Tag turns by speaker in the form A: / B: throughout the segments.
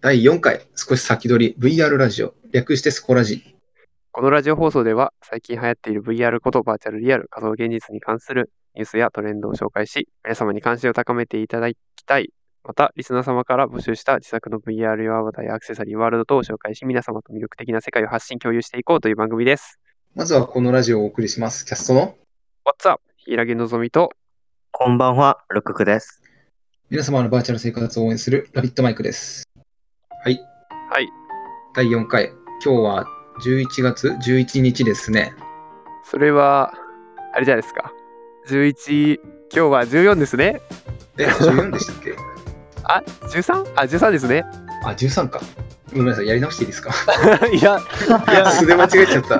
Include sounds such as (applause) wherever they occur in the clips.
A: 第4回、少し先取り VR ラジオ、略してスコラジ。
B: このラジオ放送では最近流行っている VR ことバーチャルリアル仮想現実に関するニュースやトレンドを紹介し、皆様に関心を高めていただきたい。また、リスナー様から募集した自作の VR 用アバターやアクセサリーワールド等を紹介し、皆様と魅力的な世界を発信共有していこうという番組です。
A: まずはこのラジオをお送りします。キャストの
B: What's up? 平木のぞみと、
C: こんばんは、ルククです。
A: 皆様のバーチャル生活を応援するラビットマイクです。はい。
B: はい。
A: 第4回、今日は11月11日ですね。
B: それは、あれじゃないですか。11、今日は14ですね。
A: え、14でしたっ
B: (laughs)
A: け
B: あ、13? あ、13ですね。
A: あ、13か。ごめんなさい、やり直していいですか
B: (laughs) いや、い (laughs) や、
A: 素で間違えちゃった。
B: い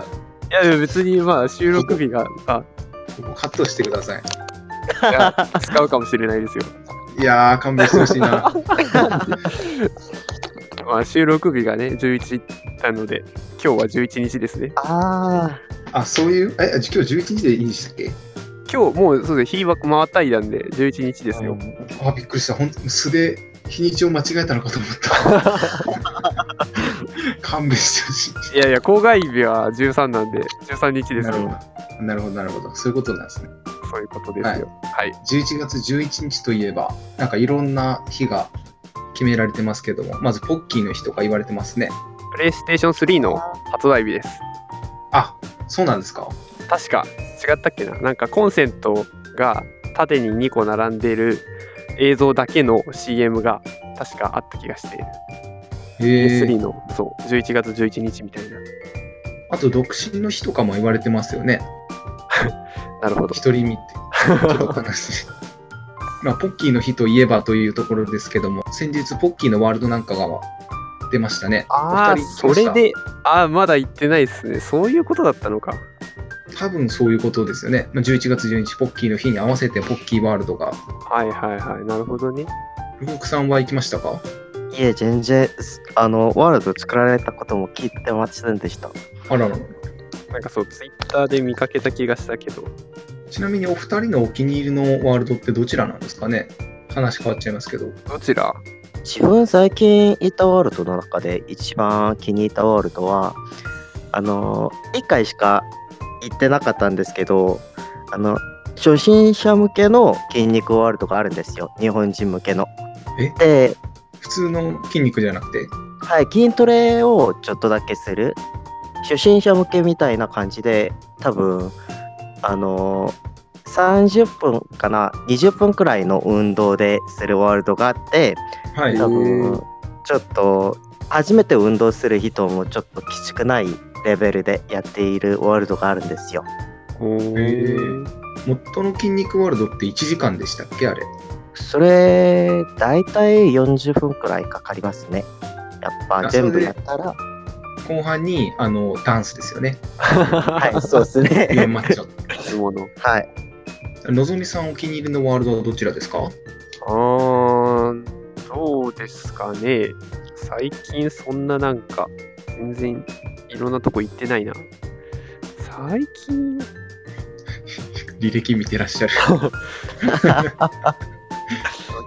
B: や、でも別にまあ収録日が、あ、
A: ここカットしてください。
B: いや使うかもしれないですよ。
A: いやー、勘弁してほしい
B: (laughs)
A: な。
B: まあ、収録日がね、11なので、今日は11日ですね。
C: あ
A: あ、そういう、え、今日11時でいいんでしたっけ
B: 今日もうそうですね、日は回ったりなんで、11日ですよ。
A: あ、びっくりした。ほん素で日にちを間違えたのかと思
B: (laughs)
A: った。勘弁してほしい。
B: いやいや、公開日は13なんで、13日です
A: なる
B: よ。
A: ほど。なるほど、なるほど。そういうことなんですね。
B: そういうことですよ。はい。
A: 11月11日といえば、なんかいろんな日が決められてますけども、まずポッキーの日とか言われてますね。
B: プレイステーション3の発売日です。
A: あ、そうなんですか。
B: 確か、違ったっけな。なんかコンセントが縦に2個並んでる映像だけの CM が確かあった気がして、
A: へえ。
B: 3の、そう、11月11日みたいな。
A: あと、独身の日とかも言われてますよね。
B: なるほど。
A: 独り身って。
B: (laughs)
A: ちょっと悲しい。まあ、ポッキーの日といえばというところですけども、先日ポッキーのワールドなんかが出ましたね。
B: あ
A: お
B: あ、
A: 二人
B: それで、ああ、まだ行ってないですね。そういうことだったのか。
A: 多分そういうことですよね。まあ11月12日、ポッキーの日に合わせてポッキーワールドが。
B: はいはいはい、なるほどね。
A: ルークさんは行きましたか
C: ーいえ、全然、すあの、ワールド作られたことも聞いてませんでした。
A: あららら。
B: なんかそう、ツイッターで見かけた気がしたけど、
A: ちなみにお二人のお気に入りのワールドってどちらなんですかね話変わっちゃいますけど。
B: どちら
C: 自分最近行ったワールドの中で一番気に入ったワールドは、あの、1回しか行ってなかったんですけど、あの、初心者向けの筋肉ワールドがあるんですよ。日本人向けの
A: え。
C: で、
A: 普通の筋肉じゃなくて。
C: はい、筋トレをちょっとだけする初心者向けみたいな感じで多分あのー30分かな20分くらいの運動でするワールドがあって
A: は
B: へ
A: い。
B: ー
C: 多分ちょっと初めて運動する人もちょっときつくないレベルでやっているワールドがあるんですよ。
B: お
A: ー元の筋肉ワールドって1時間でしたっけあれ。
C: それだいたい40分くらいかかりますね。やっぱ
A: あ
C: 全
A: それ
C: 部
A: で
C: やったら、
A: 後半に、あの、ダンスですよね。
C: はい、そうです
A: イ
B: (laughs)
A: オ
C: ね。
A: ンマッチョ。 (laughs)
B: いもの。
C: はい。
A: のぞみさんお気に入りのワールドはどちらですか
B: あー、どうですかね。最近そんななんか、全然いろんなとこ行ってないな。最近、
A: 履歴見てらっしゃる。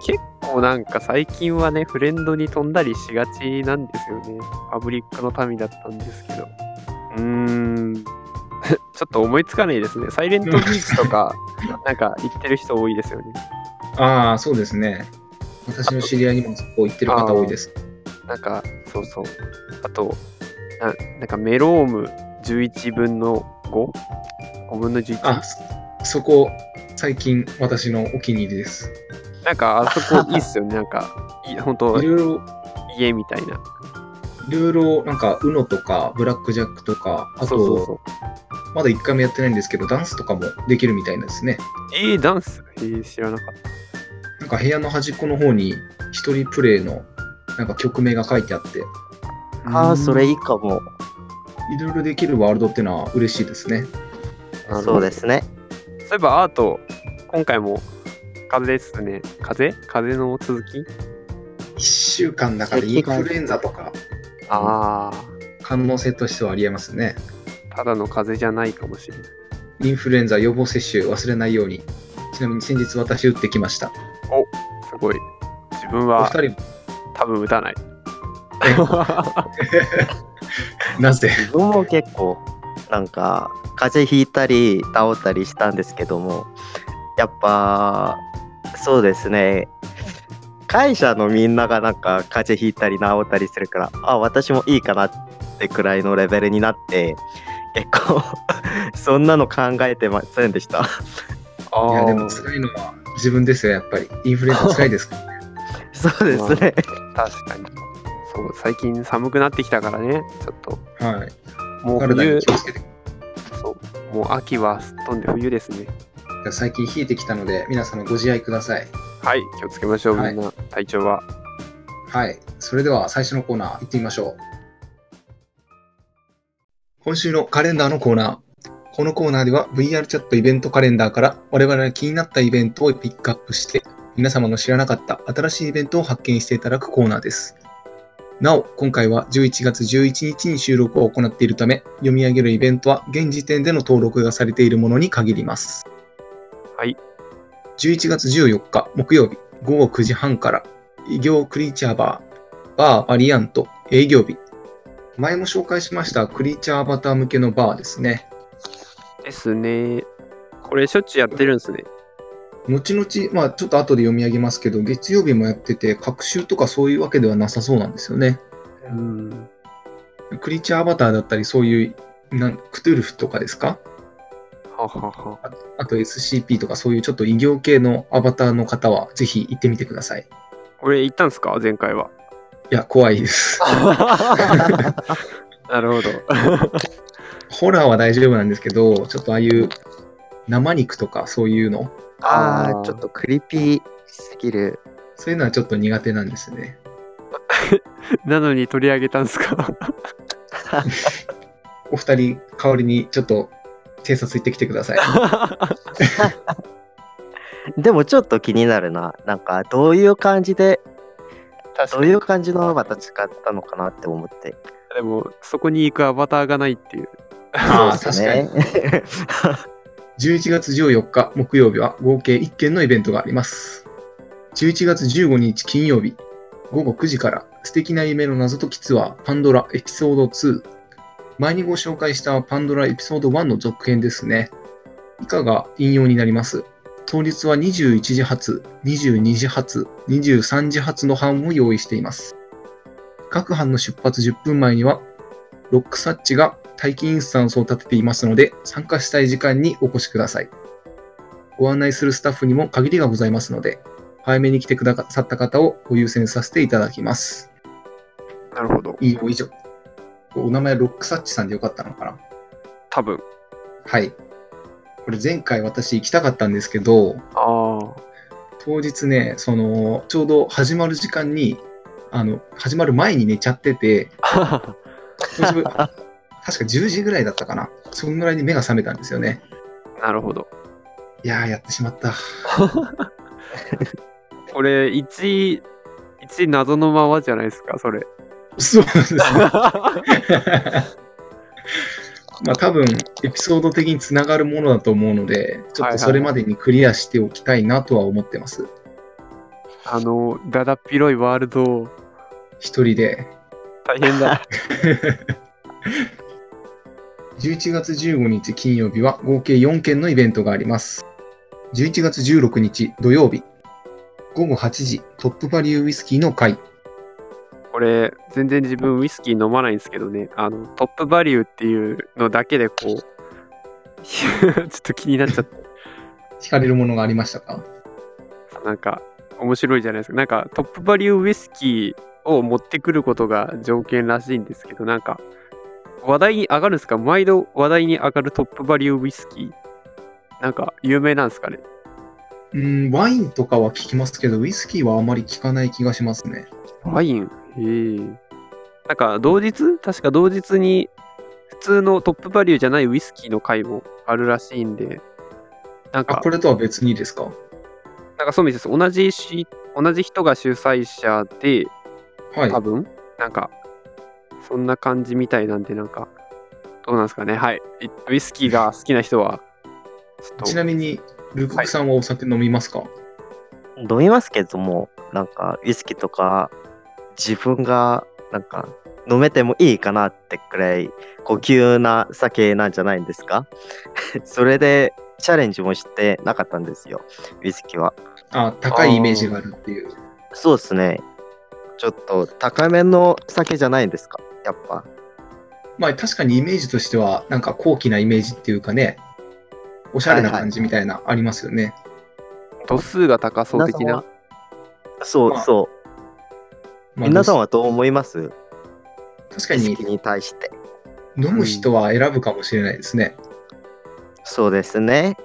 B: 結構なんか最近はね、フレンドに飛んだりしがちなんですよね。パブリックの民だったんですけど。うーん。 (laughs) ちょっと思いつかないですね。サイレントビーチとか、なんか行ってる人多いですよね。
A: ああ、そうですね。私の知り合いにもそこ行ってる方多いです。
B: なんか、そうそう。あと、ななんかメローム11分の 5?5 分の
A: あ
B: 11。
A: そそこ、最近私のお気に入りです。
B: なんかあそこいいっすよね。なんか、い本当
A: いろいろ、
B: 家みたいな。
A: いろいろ、なんか、UNO とか、ブラックジャックとか、あと、
B: そうそうそう。
A: まだ一回もやってないんですけど、ダンスとかもできるみたいですね。
B: えー、ダンスえー、知らなかった。
A: なんか部屋の端っこの方に、一人プレイの、なんか曲名が書いてあって、
C: ああ、それいいかも。
A: いろいろできるワールドってのは嬉しいですね。
B: なるほど
C: そうですね。
B: そういえばアート、今回も風ですね。風風の続き
A: 一週間だからインフルエンザとか、
B: ああ、
A: 可能性としてはありえますね。
B: ただの風邪じゃないかもしれない。
A: インフルエンザ予防接種忘れないように。ちなみに先日私打ってきました。
B: すごい。自分
A: お
B: は
A: 二人も
B: 多分打たない。
A: なぜ
C: 自分も結構なんか風邪ひいたり倒ったりしたんですけどもやっぱそうですね会社のみんながなんか風邪ひいたり治ったりするからあ私もいいかなってくらいのレベルになって結構 (laughs) そんなの考えてませんでした
A: い
B: あ
A: や
B: あ
A: でも辛いのは自分ですよやっぱりインフルエンザ辛いですからね
C: そうですね
B: 確かにそう最近寒くなってきたからねちょっと
A: はい
B: もう
A: 体
B: 冬
A: に気をつけて
B: そうもう秋はすっ飛んで冬ですね
A: 最近冷えてきたので皆様ご自愛ください
B: はい気をつけましょうみ
A: はい
B: んな体調は
A: はいそれでは最初のコーナー行ってみましょう今週のカレンダーのコーナーこのコーナーでは VR チャットイベントカレンダーから我々が気になったイベントをピックアップして皆様の知らなかった新しいイベントを発見していただくコーナーですなお今回は11月11日に収録を行っているため読み上げるイベントは現時点での登録がされているものに限ります
B: はい
A: 11月14日木曜日午後9時半から異業クリーチャーバー、バーバリアント営業日。前も紹介しましたクリーチャーアバター向けのバーですね。
B: ですねこれしょっちゅうやってるんですね
A: 後々、まあちょっと後で読み上げますけど、月曜日もやってて、隔週とかそういうわけではなさそうなんですよね。
B: うん
A: クリーチャーアバターだったり、そういう、なんクトゥルフとかですか
B: ははは
A: あと SCP とかそういうちょっと異業系のアバターの方は、ぜひ行ってみてください。
B: これ行ったんですか前回は
A: いや、怖いです。
B: なるほど
A: ホラーは大丈夫なんですけど、ちょっとああいう生肉とかそういうの、
C: ああちょっとクリピーすぎる
A: そういうのはちょっと苦手なんですね。
B: (laughs) なのに取り上げたんですか
A: お二人代わりにちょっと偵察行ってきてください。
C: でもちょっと気になるななんかどういう感じで
B: 確
C: どういう感じのアバター使ったのかなって思って
B: でもそこに行くアバターがないっていう
A: ああ、
C: そう
A: 確かに。
C: ね
A: 11月14日木曜日は合計1件のイベントがあります。11月15日金曜日午後9時から素敵な夢の謎解きツアーパンドラエピソード2前にご紹介したパンドラエピソード1の続編ですね。以下が引用になります。当日は21時発、22時発、23時発の班を用意しています。各班の出発10分前にはロックサッチが待機インスタンスを立てていますので、参加したい時間にお越しください。ご案内するスタッフにも限りがございますので、早めに来てくださった方をご優先させていただきます。
B: なるほど
A: 以上、以上。お名前、ロックサッチさんでよかったのかな
B: 多分
A: はい。これ前回私行きたかったんですけど、
B: あ
A: 当日ね、その、ちょうど始まる時間に、あの、始まる前に寝ちゃってて、
B: あ
A: 当日確か10時ぐらいだったかな。そんぐらいに目が覚めたんですよね。
B: (laughs) なるほど
A: いやー、やってしまった。
B: これ一一謎のままじゃないですかそれ
A: そうなんですね。まあ多分、エピソード的につながるものだと思うので、ちょっとそれまでにクリアしておきたいなとは思ってます。
B: あのだだっ広いワールドを
A: 一人で。
B: 大変 (laughs) だ
A: 11月15日金曜日は合計4件のイベントがあります。11月16日土曜日、午後8時、トップバリューウイスキーの会。
B: これ全然自分ウイスキー飲まないんですけどねあのトップバリューっていうのだけでこう (laughs) ちょっと気になっちゃって
A: 惹かれるものがありましたか
B: なんか面白いじゃないですかなんかトップバリューウイスキーを持ってくることが条件らしいんですけどなんか話題に上がるんですか毎度話題に上がるトップバリューウイスキーなんか有名なんですかね
A: うーん、ワインとかは聞きますけど、ウイスキーはあまり聞かない気がしますね。
B: ワインへえなんか同日確か同日に普通のトップバリューじゃないウイスキーの回もあるらしいんでなん
A: あ、
B: か
A: これとは別にですか
B: なんかそうみたいです同じし同じ人が主催者で
A: はい
B: 多。分なんかそんな感じみたいなんでなんかどうなんですかねはいいウイスキーが好きな人はち
A: ち
B: ょっ
A: なみに、ルククさんはお酒飲みますか、
C: (laughs) 飲みますけどもなんかウイスキーとか自分がなんか飲めてもいいかなってくらいこう急な酒なんじゃないんですか (laughs) それでチャレンジもしてなかったんですよウイスキーは
A: あ高いイメージがあるっていう。
C: そうですねちょっと高めの酒じゃないんですかやっぱ
A: まあ確かにイメージとしては、なんか高貴なイメージっていうかね、おしゃれな感じみたいな、ありますよね。
B: 度数が高そう的な。
C: そう、
A: まあ
C: そう
A: まあ
C: 皆さんはどう思いますウ
A: 確か
C: イス
A: に
C: キーに対して
A: 飲む人は選ぶかもしれないですね。
C: そうですね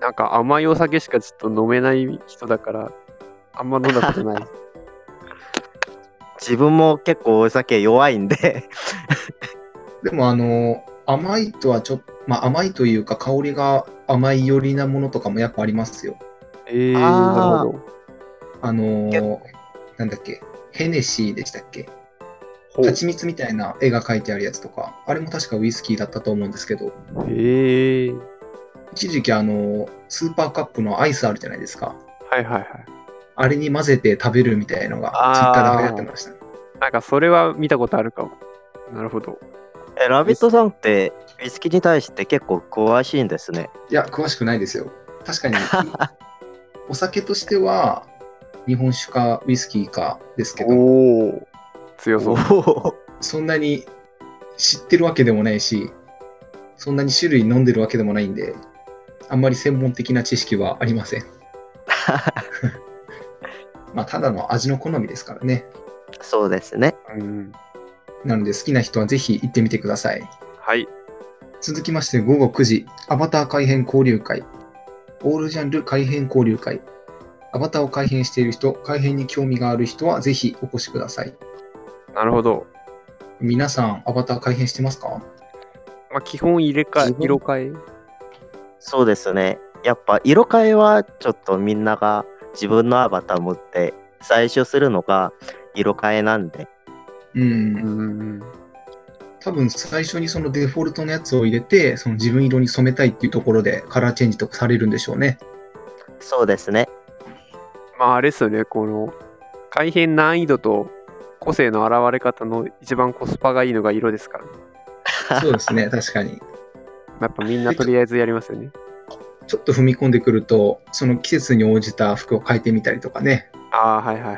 B: なんか甘いお酒しかちょっと飲めない人だから、あんま飲んだこ
A: (laughs)
B: とない。
C: 自分も結構お酒弱いんで (laughs)
A: でもあの、甘いとはちょっと、まあ甘いというか香りが甘い寄りなものとかもやっぱありますよ。
B: えー、な
C: あー
B: るほど。
A: あの
C: 結
A: ー、なんだっけ、ヘネシーでしたっけ
B: ほう
A: 蜂蜜みたいな絵が描いてあるやつとか、あれも確かウイスキーだったと思うんですけど、
B: えー、
A: 一時期あの、スーパーカップのアイスあるじゃないですか。
B: はいはいはい。
A: あれに混ぜて食べるみたいのが、
B: あー
A: ツイッターで流行ってましたね。
B: なんかそれは見たことあるかも。なるほど。
C: えラビットさんってウイスキーに対して結構詳しいんですね
A: いや、詳しくないですよ。確か
B: (laughs)
A: に、お酒としては、日本酒かウイスキーかですけど、
B: おお。強そう。
C: お
A: そんなに知ってるわけでもないし、そんなに種類飲んでるわけでもないんで、あんまり専門的な知識はありません。まあ、ただの味の好みですからね。
C: (laughs) そうですね
B: うん。
A: なので、好きな人はぜひ行ってみてください。
B: はい。
A: 続きまして午後9時、アバター改編交流会。オールジャンル改編交流会。アバターを改編している人、改編に興味がある人はぜひお越しください。
B: なるほど。
A: 皆さん、アバター改編してますか
B: まあ、基本入れ替
C: 自
B: え、
C: 分
B: 色替え。
C: そうですねやっぱ色変えはちょっとみんなが自分のアバター持って最初するのが色変えなんで
A: うん。
B: ん。
A: 多分最初にそのデフォルトのやつを入れて、その自分色に染めたいっていうところでカラーチェンジとかされるんでしょうね。
C: そうですね
B: まあ、あれですよね。この、改変難易度と個性の現れ方の一番コスパがいいのが色ですからね。
A: そうですね、確かに。
B: やっぱみんなとりあえずやりますよね。
A: ちょっと踏み込んでくると、その季節に応じた服を変えてみたりとかね。
B: ああ、 (laughs) はいはいはい。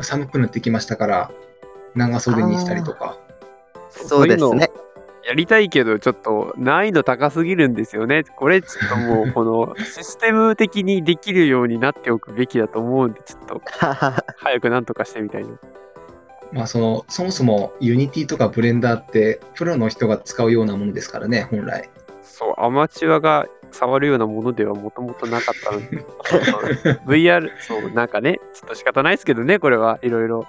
A: 寒くなってきましたから、長袖にしたりとか。
C: そうですね。
B: やりたいけど、ちょっと難易度高すぎるんですよね。これ、ちょっともう、この、システム的にできるようになっておくべきだと思うんで、ちょっと、早くなんとかしてみたいな。
A: まあ、そのそもそもユニティとかブレンダーってプロの人が使うようなものですからね本来
B: そう、アマチュアが触るようなものではもともとなかったの (laughs) で、VR、そう、なんかね、ちょっと仕方ないですけどね、これはいろいろ。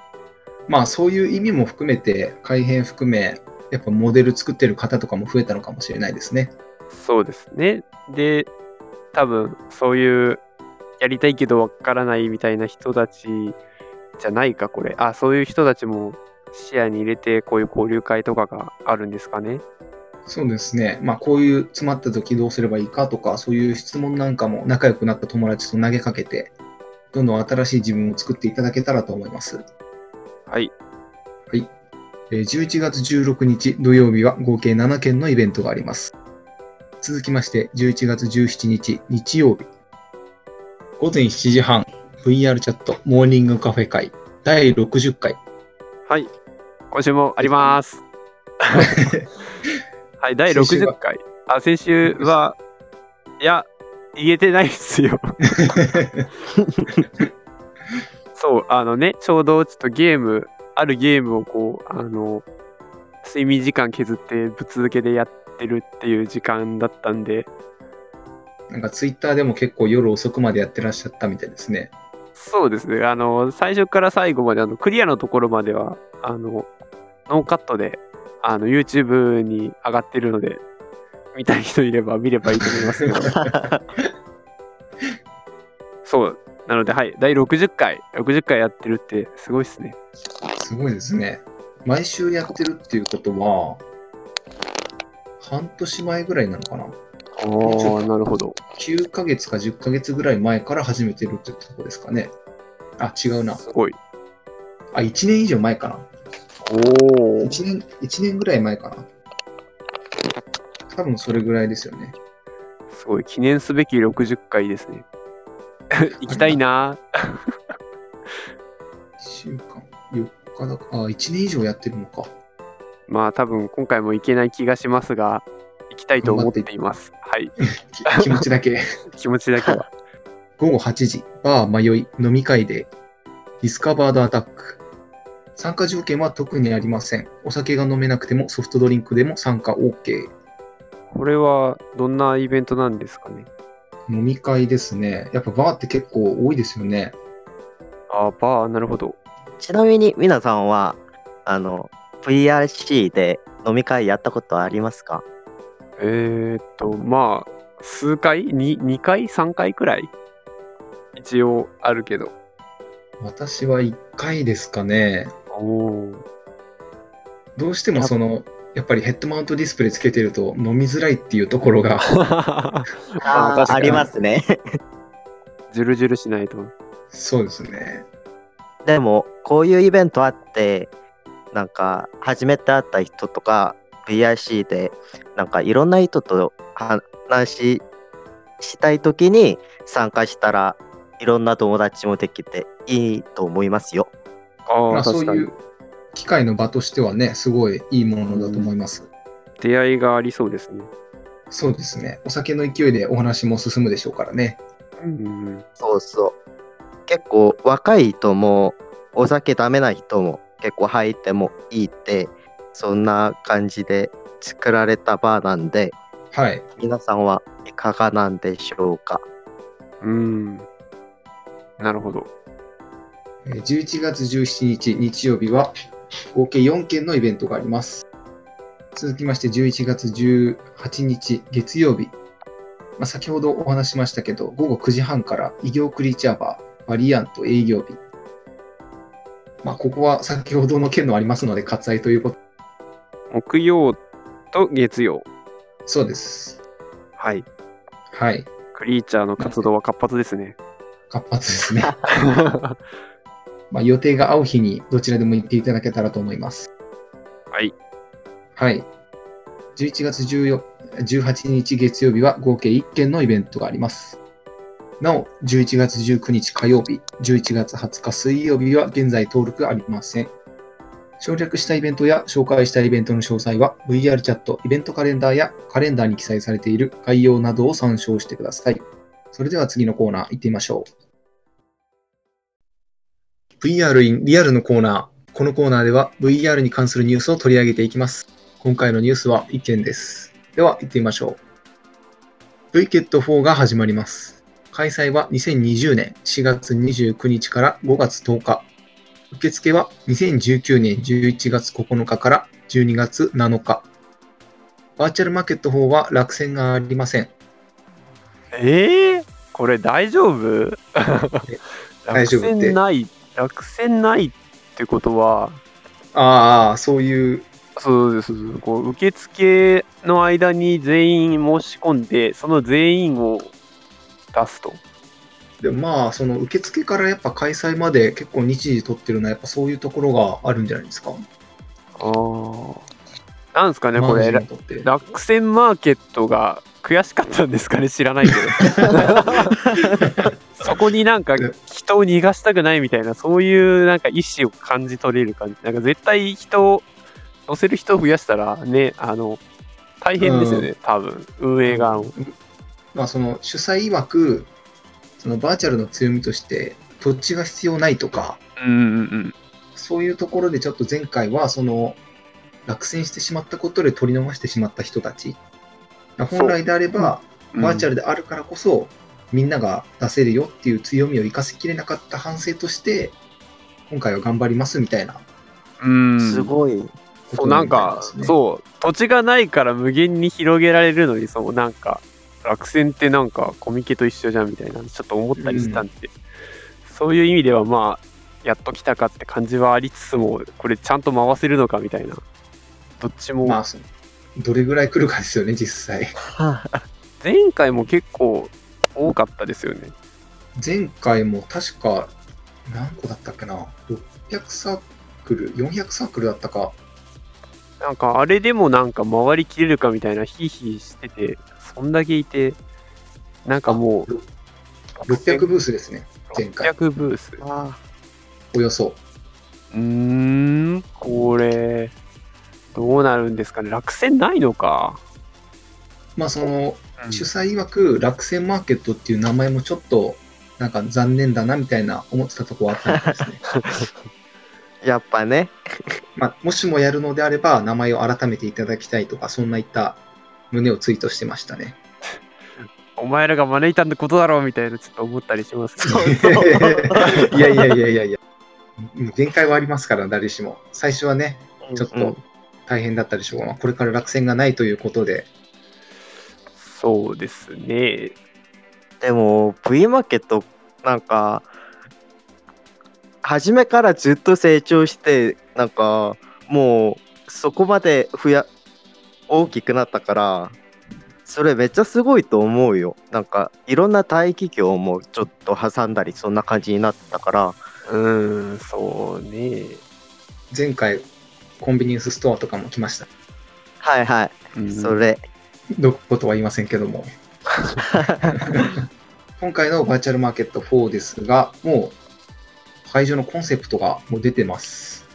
A: まあそういう意味も含めて改変含めやっぱモデル作ってる方とかも増えたのかもしれないですね
B: そうですね。で、多分、そういう、やりたいけどわからないみたいな人たちじゃないか、これ。あ、そういう人たちも視野に入れて、こういう交流会とかがあるんですかね。
A: そうですねまあこういう詰まった時どうすればいいかとかそういう質問なんかも仲良くなった友達と投げかけてどんどん新しい自分を作っていただけたらと思います
B: はい。
A: えー11月16日土曜日は合計7件のイベントがあります。続きまして、11月17日日曜日。午前7時半、VR チャットモーニングカフェ会第60回。
B: はい。今週もあります。はい、第
A: 先週は
B: 60回。あ、先週は、いや、言えてないですよ。そう、あのね、ちょうどちょっとゲーム、あるゲームをこう、あの、睡眠時間削ってぶつづけでやってるっていう時間だったんで、
A: なんかツイッターでも結構夜遅くまでやってらっしゃったみたいですね。
B: そうですね、あの、最初から最後まで、あの、クリアのところまでは、あの、ノーカットで、あの、YouTube に上がってるので、見たい人いれば見ればいいと思います (laughs) けど、そう、なので、はい、第60回、60回やってるって、すごいですね。
A: すごいですね。毎週やってるっていうことは、半年前ぐらいなのかな
B: (laughs) おおなるほど。
A: ?9 ヶ月か10ヶ月ぐらい前から始めてるってとこですかね。あ、違うな。
B: すごい。
A: あ、1年以上前かな。
B: お
A: 1。年、一年ぐらい前かな。多分それぐらいですよね。
B: すごい、記念すべき60回ですね。 (laughs) 行きたいな
A: 1週間、4日だか。あ、1年以上やってるのか。
B: まあ多分今回も行けない気がしますが、行きたいと思っています。 (laughs) はい。
A: き (laughs) 気持ちだけ。
B: 気持ちだけは。
A: 午後8時、バー迷い、飲み会で、ディスカバードアタック。参加条件は特にありません。お酒が飲めなくてもソフトドリンクでも参加 OK。
B: これはどんなイベントなんですかね。
A: 飲み会ですね。やっぱバーって結構多いですよね。
B: ああ、バー、なるほど。
C: (laughs) ちなみに皆さんはあの VRC で飲み会やったことありますか
B: えー、っと、まあ、数回に ?2 回 ?3 回くらい一応あるけど。
A: 私は1回ですかね。
B: おー、
C: (laughs)
A: どうしてもその、やっぱりヘッドマウントディスプレイつけてると飲みづらいっていうところが
B: (laughs) あ
A: あー確かに
C: ありますね。
B: ジュルジュルしないと。
A: そうですね。
C: でもこういうイベントあってなんか初めて会った人とか VRC でなんかいろんな人と話ししたい時に参加したらいろんな友達もできていいと思いますよ。
B: あ
A: ま
B: あ、
A: あ、そう
B: 確か
A: い
B: に
A: う。機会の場としてはね、すごいいいものだと思います。
B: 出会いがありそうですね。
A: そうですね。お酒の勢いでお話も進むでしょうからね。
B: うん。
C: そうそう。結構若い人もお酒ダメな人も結構入ってもいいってそんな感じで作られたバーなんで
A: はい。
C: 皆さんはいかがなんでしょうか
B: うん。なるほど。
A: えー11月17日日曜日は合計4件のイベントがあります。続きまして11月18日月曜日、まあ、先ほどお話しましたけど、午後9時半から異業クリーチャーバー、バリアント営業日。まあ、ここは先ほどの件のありますので割愛ということ。
B: 木曜と月曜。
A: そうです。
B: はい。
A: はい。
B: クリーチャーの活動は活発ですね。
A: 活発ですね。まあ、予定が合う日にどちらでも行っていただけたらと思います。
B: はい。
A: はい。11月14 18日月曜日は合計1件のイベントがあります。なお、11月19日火曜日、11月20日水曜日は現在登録ありません。省略したイベントや紹介したイベントの詳細は VR チャット、イベントカレンダーやカレンダーに記載されている概要などを参照してください。それでは次のコーナー行ってみましょう。VR in リアルのコーナー。このコーナーでは VR に関するニュースを取り上げていきます。今回のニュースは1件です。では行ってみましょう。VKET4 が始まります。開催は2020年4月29日から5月10日。受付は2019年11月9日から12月7日。バーチャルマーケット4は落選がありません。
B: ええこれ大丈夫
A: 大丈夫って
B: 落選ない、落選ないってことは、
A: ああ、そういう、
B: そうですそうですこう受付の間に全員申し込んで、その全員を出すと。
A: でもまあ、その受付からやっぱ開催まで結構日時取ってるのは、やっぱそういうところがあるんじゃないですか。
B: ああ。なんですかね、こ
A: マージン。
B: れ
A: にとって
B: 落選マーケットが悔しかったんですかね知らないけど (laughs) そこになんか人を逃がしたくないみたいなそういうなんか意思を感じ取れる感じなんか絶対人を乗せる人を増やしたらねあの大変ですよね、多分運営側も
A: まあ、その主催曰く、そのバーチャルの強みとして、土地が必要ないとか、
B: うんうんうん
A: そういうところでちょっと前回は、その、落選してしまったことで取り逃してしまった人たち。本来であれば、
B: うん
A: バーチャ
B: ル
A: ルであるからこそ、みんなが出せるよっていう強みを生かしきれなかった反省として、今回は頑張りますみたいな
B: うん
C: すごい。
A: こと
B: そうなんか、
A: みたいですね
B: そう土地がないから無限に広げられるのにそうなんか落選ってなんかコミケと一緒じゃんみたいなちょっと思ったりしたんで、そういう意味ではまあやっと来たかって感じはありつつもこれちゃんと回せるのかみたいなどっちも、
A: まあ、そのどれぐらい来るかですよね、実際。
B: 前回も結構多かったですよね
A: 前回も確か、何個だったっけな ?6 300サークル、400サークルだったか。
B: なんかあれでもなんか回りきれるかみたいなヒーヒーしてて、そんだけいて、なんかもう、
A: 600ブースですね、前回。
B: 600ブース。う
C: あ
A: およそ。
B: ーん、これ、どうなるんですかね。落選ないのか。
A: まあその、
B: うん
A: 主催曰く落選マーケットっていう名前もちょっと、なんか残念だなみたいな思ってたとこはあったみたいです
B: (laughs)
A: ね。
C: あやっぱね
A: まあ、もしもやるのであれば、名前を改めていただきたいとか、そんないった旨をツイートしてました
B: (laughs)
A: ね。
B: お前らが招いたんだことだろうみたいなちょっと思ったりしますけど
C: そう
A: いやいやいやいやいや、うん限界はありますから、誰しも。最初はね、ちょっ
B: う
A: と
B: ん
A: 大変だったでしょうが、まあこれから落選がないということで、
B: そうですね。
C: でも V マーケットなんか初めからずっと成長してなんかもうそこまでふや大きくなったからそれめっちゃすごいと思うよなんかいろんな大企業もちょっと挟んだりそんな感じになったから
B: うーん、そうね。
A: 前回、コンビニエンスストアとかも来ました。
C: はいはい、
B: うん
C: それ
A: どことは言いませんけど
B: (laughs)
A: も。今回のバーチャルマーケット4ですが、もう会場のコンセプトがもう出てます。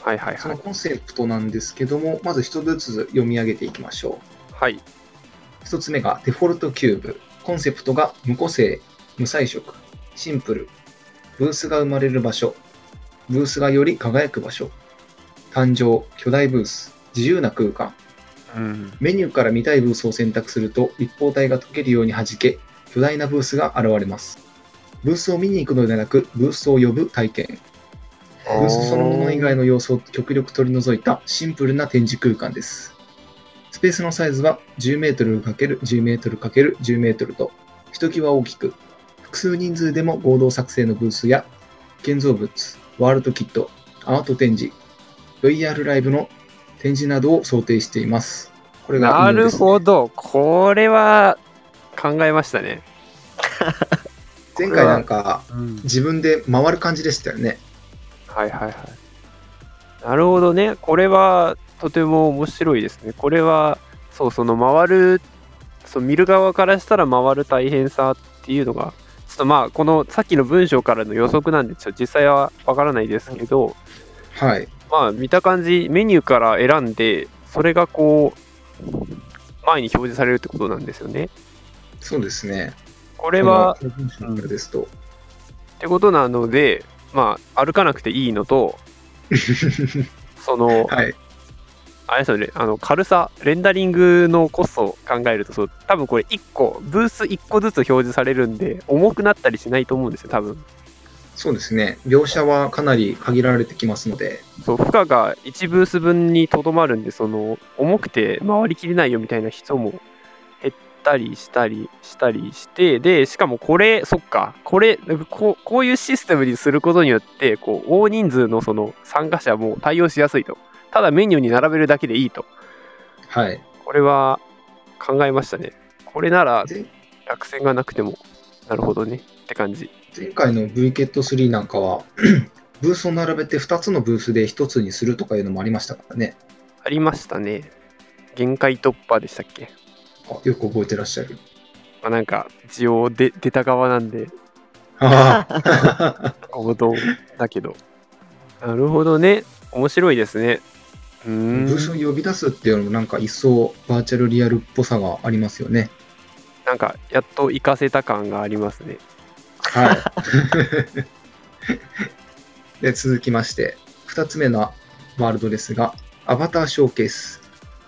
B: はいはい
A: そ
B: は
A: の
B: い。
A: コンセプトなんですけども、まず一つずつ読み上げていきましょう。
B: はい。
A: 一つ目がデフォルトキューブ。コンセプトが無個性、無彩色、シンプル。ブースが生まれる場所。ブースがより輝く場所。誕生、巨大ブース、自由な空間。
B: うん。
A: メニューから見たいブースを選択すると立方体が溶けるように弾け、巨大なブースが現れます。ブースを見に行くのではなく、ブースを呼ぶ体験。ブースそのもの以外の要素を極力取り除いたシンプルな展示空間です。スペースのサイズは 10m×10m×10m と、ひときわ大きく、複数人数でも合同作成のブースや、建造物、ワールドキット、アート展示、VR ライブの展示などを想定しています。これが
B: な
A: 運用
B: る
A: ですね
B: ほど。これは考えましたね。
A: 前回なんか
B: うん。
A: 自分で回る感じでしたよね。
B: はいはいはい。なるほどね。これはとても面白いですね。これは、そう、その回る、そう見る側からしたら回る大変さっていうのが、ちょっとまあ、このさっきの文章からの予測なんで、ちょっと実際はわからないですけど、
A: はい。
B: まあ見た感じ、メニューから選んで、それがこう、前に表示されるってことなんですよね。
A: そうですね。
B: これは、
A: この文章からですと。 (laughs)
B: ってことなので、まあ、歩かなくていいのと、その、
A: はい。
B: あれですよね、あの軽さ、レンダリングのコストを考えると、そう多分これ1個、ブース1個ずつ表示されるんで、重くなったりしないと思うんですよ、多分
A: そうですね。描写はかなり限られてきますので、
B: そう負荷が1ブース分にとどまるんで、その重くて回りきれないよみたいな人も減ったりしたりしたりして、で、しかもこれ、そっか、これ、こうこういうシステムにすることによって、こう大人数のその参加者も対応しやすいと、ただメニューに並べるだけでいいと、
A: はい。
B: これは考えましたね。これなら
A: で
B: 落選がなくてもなるほどねって感じ
A: 前回の VKET3 なんかは、 (clears throat) ブースを並べて2つのブースで1つにするとかいうのもありましたからね。
B: ありましたね限界突破でしたっけ、
A: あよく覚えてらっしゃる。
B: まあ、なんか一応で出た側なんで
A: ああ
B: 合同だ
A: (laughs)
B: けどなるほどね面白いですねうー
A: ブ
B: ん
A: ースを呼び出すっていうのもなんか一層バーチャルリアルっぽさがありますよね。
B: なんかやっと活かせた感がありますね
A: はい。で、続きまして、2つ目のワールドですが、アバターショーケース。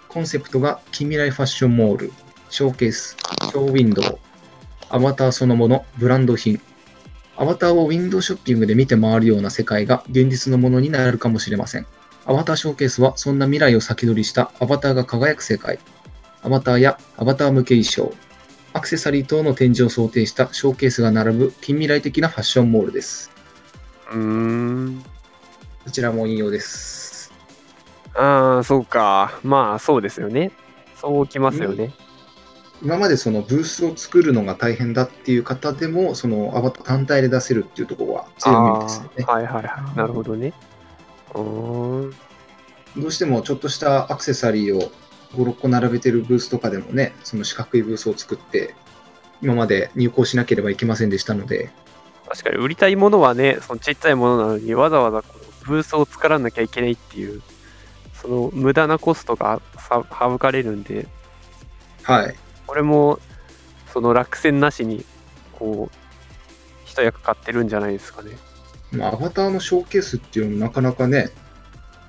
A: コンセプトが近未来ファッションモール、ショーケース、ショーウィンドウ、アバターそのもの、ブランド品。アバターをウィンドウショッピングで見て回るような世界が現実のものになるかもしれません。アバターショーケースはそんな未来を先取りしたアバターが輝く世界。アバターやアバター向け衣装、アクセサリー等の展示を想定したショーケースが並ぶ近未来的なファッションモールです。
B: うーん
A: こちらも引用です。
B: ああそうかまあそうですよねそうきますよね
A: 今までそのブースを作るのが大変だっていう方でも、そのアバター単体で出せるっていうところは強みですよね
B: あ。ーはいはいはい。なるほどね。うーん。
A: どうしてもちょっとしたアクセサリーを5、6個並べてるブースとかでもね、その四角いブースを作って、今まで入稿しなければいけませんでしたので、
B: 確かに売りたいものはね、そのちっちゃいものなのにわざわざこうブースを作らなきゃいけないっていう、その無駄なコストがさ省かれるんで、
A: はい。
B: これもその落選なしに、こう、一役買ってるんじゃないですかね。
A: まあ、アバターのショーケースっていうのもなかなかね、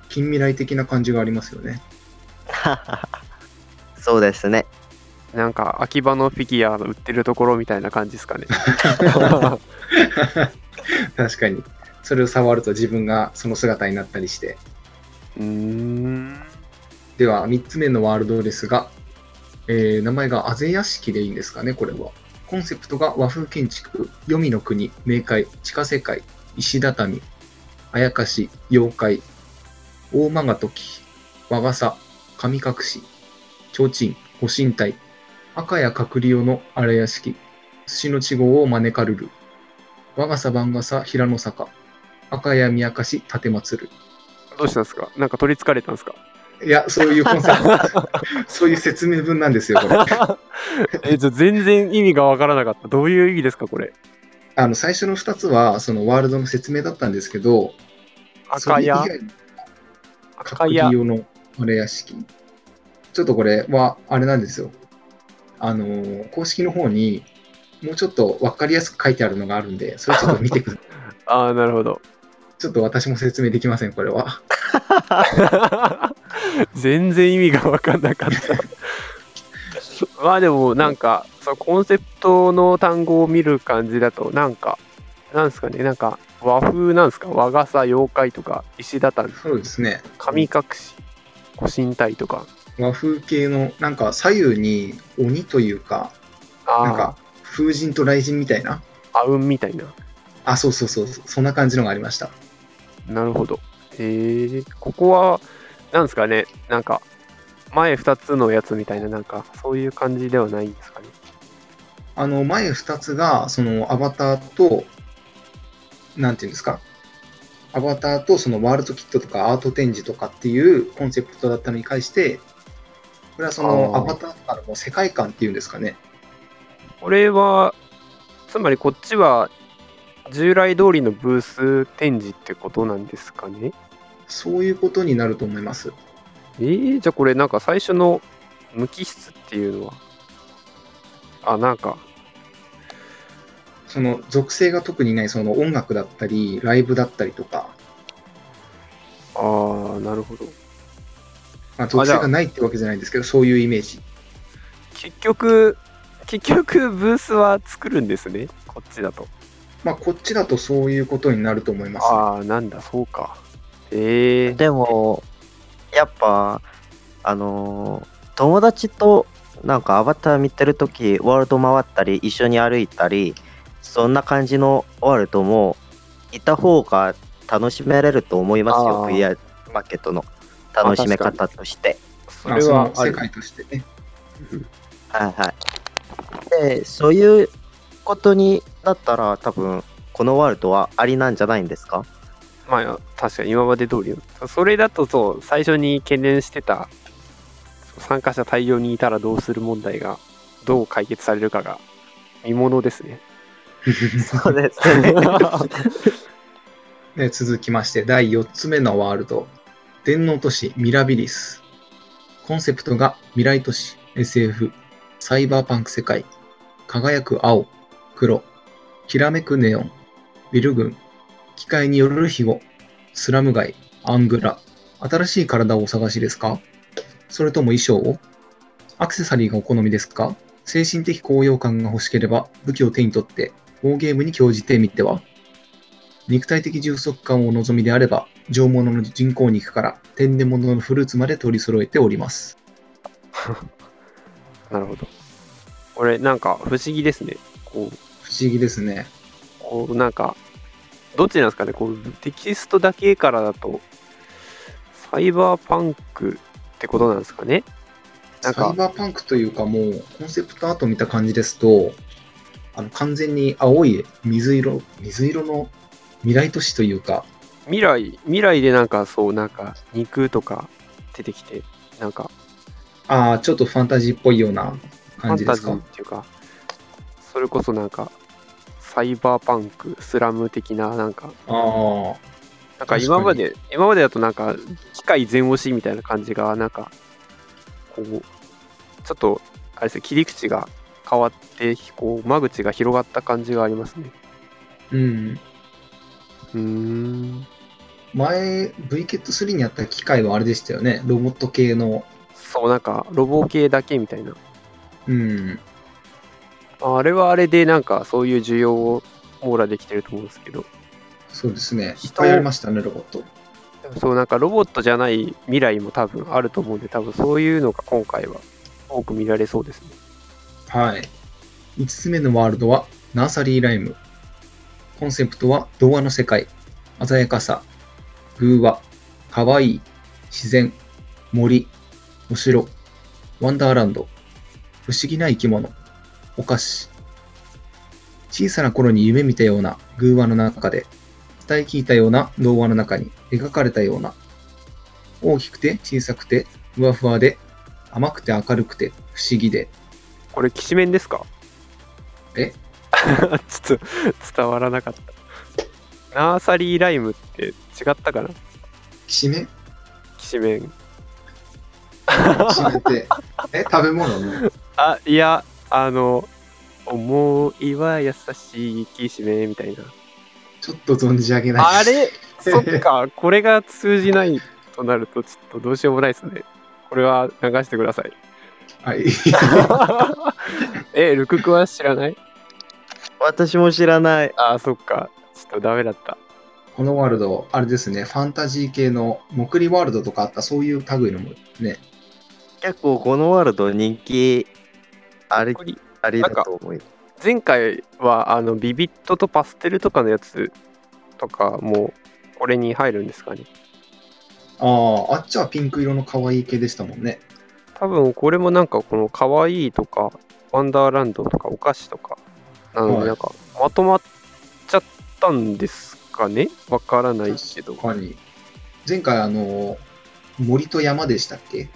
A: 近未来的な感じがありますよね。
C: (laughs) そうですね。
B: なんか秋葉のフィギュア売ってるところみたいな感じですかね。 (laughs)
A: 確かに。それを触ると自分がその姿になったりして。
B: うーん。
A: では、3つ目のワールドですが、えー名前があぜ屋敷でいいんですかね、これは。コンセプトが和風建築、黄泉の国、冥界、地下世界、石畳、あやかし、妖怪、大間が時、和傘、神隠し、提灯、保身体、赤や隔離用の荒屋敷、寿司の稚語を招かるる、和傘番傘平野坂、赤や宮かし立てまつる。
B: どうしたんですかなんか取りつかれたんですか
A: いや、そういうコンセプ
B: (laughs)
A: ト、そういう説明文なんですよ、これ。
B: え、ちょ全然意味がわからなかった。どういう意味ですかこれ。
A: あの最初の2つはそのワールドの説明だったんですけど、
B: 赤や
A: それ以外に
B: 赤
A: 隔
B: や
A: 離用のあれ屋敷。ちょっとこれはあれなんですよ。あのー公式の方にもうちょっと分かりやすく書いてあるのがあるんで、それちょっと見てくださ
B: (laughs)
A: い。
B: ああ、なるほど。
A: ちょっと私も説明できません、これは。
B: (laughs) 全然意味が分かんなかった。まあでもなんかそのコンセプトの単語を見る感じだとなんかなんですかねなんか和風なんですか和傘妖怪とか石畳
A: そうですね。
B: 神隠し古神体とか
A: 和風系のなんか左右に鬼というか、
B: あ
A: なん
B: ー
A: か風神と雷神みたいな。
B: あうんみたいな
A: あ、そうそうそうそう、そんな感じのがありました。
B: なるほど。へえここは、なんですかね、なんか、前2つのやつみたいな、なんか、そういう感じではないんですかね。
A: あの前2つがそのアバターと、なんていうんですか、アバターとそのワールドキットとかアート展示とかっていうコンセプトだったのに対して、これはその
B: あー
A: アバターとかのもう世界観っていうんですかね。
B: これは、つまりこっちは、従来通りのブース展示ってことなんですかね。
A: そういうことになると思います。
B: えー、じゃあこれ、なんか最初の無機質っていうのは、あ、なんか、
A: その属性が特にないその音楽だったり、ライブだったりとか、
B: あー、なるほど。
A: まあ、属性がないってわけじゃないんですけど、そういうイメージ。
B: 結局、結局、ブースは作るんですね、こっちだと。
A: まあ、こっちだとそういうことになると思います。
B: ああ、なんだ、そうか。ええ
C: でも、やっぱ、あのー友達となんかアバター見てるとき、ワールド回ったり、一緒に歩いたり、そんな感じのワールドも、いた方が楽しめれると思いますよ、
B: あー
C: VR マーケットの楽しめ
B: あ確
C: 方として。
B: そ
A: まあ
B: れは
A: その
B: あ
A: 世
B: る。
A: 界としてね。
C: はいはい。で、そういうことになったら、多分このワールドはありなんじゃないんですか
B: まあ、確かに今まで通りの。それだと、そう、最初に懸念してた、参加者大量にいたらどうする問題が、どう解決されるかが、見ものですね。
C: そうですね。
A: で続きまして第4つ目のワールド電脳都市ミラビリスコンセプトが未来都市 SF サイバーパンク世界輝く青黒きらめくネオンビル群機械による庇護スラム街アングラ新しい体をお探しですかそれとも衣装をアクセサリーがお好みですか精神的高揚感が欲しければ武器を手に取って大ゲームに興じてみては肉体的充足感をお望みであれば、上物の人工肉から天然物のフルーツまで取り揃えております。
B: なるほど。これ、なんか、不思議ですね。こう、
A: 不思議ですね。
B: こうなんか、どっちなんですかね、こう、テキストだけからだと、サイバーパンクってことなんですかね。なん
A: サ
B: か
A: イバーパンクというかもうコンセプトアート見た感じですとあの完全に青い水色水色の未来都市というか
B: 未来未来でなんかそうなんか肉とか出てきてなんか
A: ああちょっとファンタジーっぽいような
B: ファ
A: 感
B: ン
A: じで
B: タ
A: す
B: ジー
A: か
B: っていうかそれこそなんかサイバーパンクスラム的ななんか
A: ああ
B: なんか今まで今までだとなんか機械全押しみたいな感じがなんかこうちょっとあれですね切り口が変わってこう間口が広がった感じがありますね
A: うん
B: うーん
A: 前 VKET3 にあった機械はあれでしたよねロボット系の
B: そうなんかロボ系だけみたいな
A: うん
B: あれはあれでなんかそういう需要を網羅できてると思うんですけど
A: そうですねいっ
B: 人
A: ぱいありましたねロボット
B: そうなんかロボットじゃない未来も多分あると思うんで多分そういうのが今回は多く見られそうですね
A: はい。5つ目のワールドはナーサリーライム。コンセプトは童話の世界、鮮やかさ、偶話、かわいい、自然、森、お城、ワンダーランド、不思議な生き物、お菓子。小さな頃に夢見たような偶話の中で、伝え聞いたような童話の中に描かれたような、大きくて小さくて、ふわふわで、甘くて明るくて、不思議で、
B: これきしめんですか (laughs)
A: え
B: ちょっと伝わらなかったナーサリーライムって違ったかな
A: きしめんき
B: きしめん
A: しめんって。え、食べ物の
B: あいやあの思いは優しいきしめんみたいな
A: ちょっと存じ上げない。
B: あれそっかこれが通じないとなるとちょっとどうしようもないですねこれは流してください (laughs)
A: はい。 (laughs)
B: えルククは知らない
C: (laughs) 私も知らない。
B: あーそっかちょっとダメだった
A: このワールド、あれですね、ファンタジー系の、もくりワールドとかあった、そういう類のもね。
C: 結構このワールド人気あり
B: これ
C: ありだと思います。
B: 前回はあのビビットとパステルとかのやつとかもこれに入るんですかね
A: ああ、あっちはピンク色の可愛い系でしたもんね。
B: 多分これもなんかこの可愛いとかワンダーランドとかお菓子とかなの
A: は
B: で
A: い
B: なんかまとまっちゃったんですかねわからないけど
A: 他に。前回、あの、森と山でしたっけ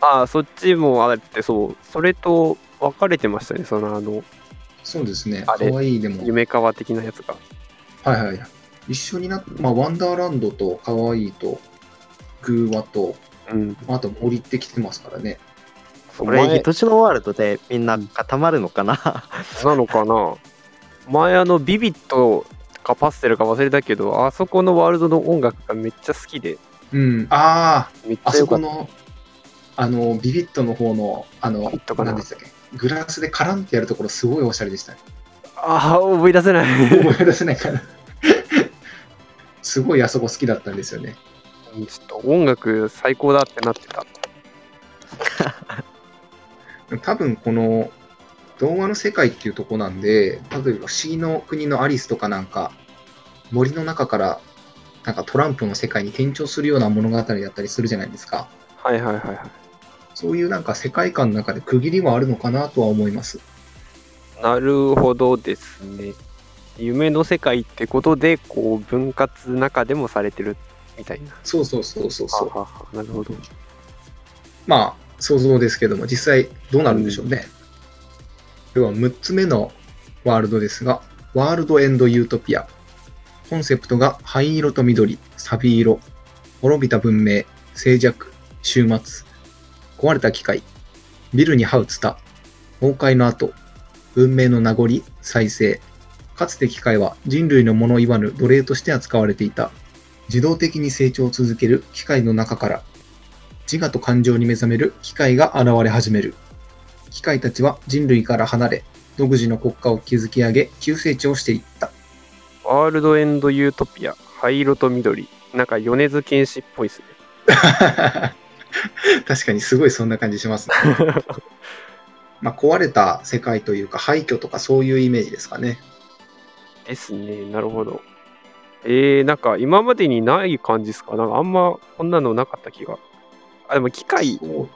B: ああそっちもあってそうそれと分かれてましたねそのあの
A: そうですね。
B: あ
A: 可
B: れ
A: 愛いでも。
B: 夢川的なやつが
A: はいはいはい。一緒になっまあ、ワンダーランドと可愛いと、偶話と、
B: うん
A: あと森ってきてますからね。
B: そう
C: これ、
B: 前
C: 一つのワールドでみんな固まるのかな
B: なのかな前あのビビットかパステルか忘れたけどあそこのワールドの音楽がめっちゃ好きで
A: うん。ああ、
B: めっ
A: あ
B: ちゃ
A: そ
B: 良か
A: こ
B: った
A: の、あの、ビビットの方の、あの
B: ビビッ、トかな
A: 何でしたっけグラスでカランってやるところ、すごいおしゃれでした (laughs) ね。
B: ああ思い出
A: (laughs)
B: せないちょ
A: 思い出せないから。すごいあそこ好きだったんですよね。
B: っと音楽最高だってなってた
A: 多分この、童話の世界っていうとこなんで、例えば不思議の国のアリスとかなんか、森の中から、なんかトランプの世界に転調するような物語だったりするじゃないですか。
B: はいはいはいは
A: そういうなんか世界観の中で区切りはあるのかなとは思います。
B: いなるほどですね夢の世界ってことでこう分割中でもされてるみたいな
A: そうそうそうそうそう。
B: ははなるほど
A: まあ、想像ですけども、実際どうなるんでしょうね。では、6つ目のワールドですが、ワールドエンドユートピア。コンセプトが灰色と緑、サビ色、滅びた文明、静寂、終末、壊れた機械、ビルに這うツタ、崩壊の後、文明の名残、再生。かつて機械は人類のもの言わぬ奴隷として扱われていた。自動的に成長を続ける機械の中から自我と感情に目覚める機械が現れ始める。機械たちは人類から離れ、独自の国家を築き上げ、急成長していった。 (laughs)
B: ワールドエンドユートピア灰色と緑なんか米津玄師っぽいですね
A: 確かにすごいそんな感じします、ね。まあ壊れた世界というか廃墟とかそういうイメージですかね。
B: ですね、なるほど。えー、なんか今までにない感じですかなんかあんまこんなのなかった気が。あ、でも機械、
A: そう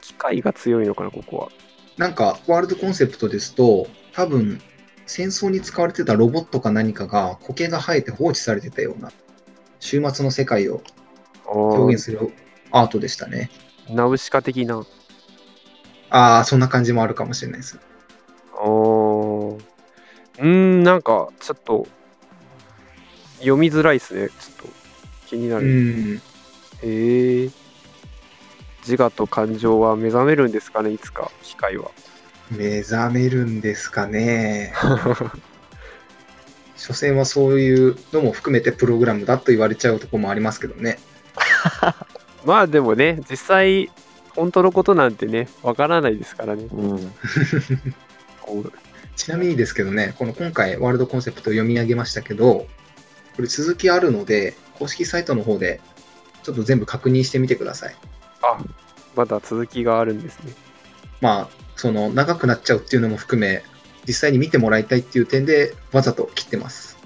B: 機械が強いのかな、ここは。
A: なんか、ワールドコンセプトですと、多分、戦争に使われてたロボットか何かが苔が生えて放置されてたような、終末の世界を表現するアートでしたね。
B: ナウシカ的な。
A: ああ、そんな感じもあるかもしれないです。
B: おーうーん、なんか、ちょっと、読みづらいですね。ちょっと、気にな
A: う
B: る。
A: ん。
B: へえ。自我と感情は目覚めるんですかね、いつか、機
A: (laughs)
B: 械は。
A: 目覚めるんですかね。所詮はそういうのも含めてプログラムだと言われちゃうとこもありますけどね。
B: まあでもね、実際、本当のことなんてね、わからないですからね。
C: うん。
B: こう
A: ちなみにですけどね、この今回ワールドコンセプトを読み上げましたけど、これ続きあるので、公式サイトの方でちょっと全部確認してみてください。
B: あまだ続きがあるんですね。
A: まあ、その長くなっちゃうっていうのも含め、実際に見てもらいたいっていう点でわざと切ってます。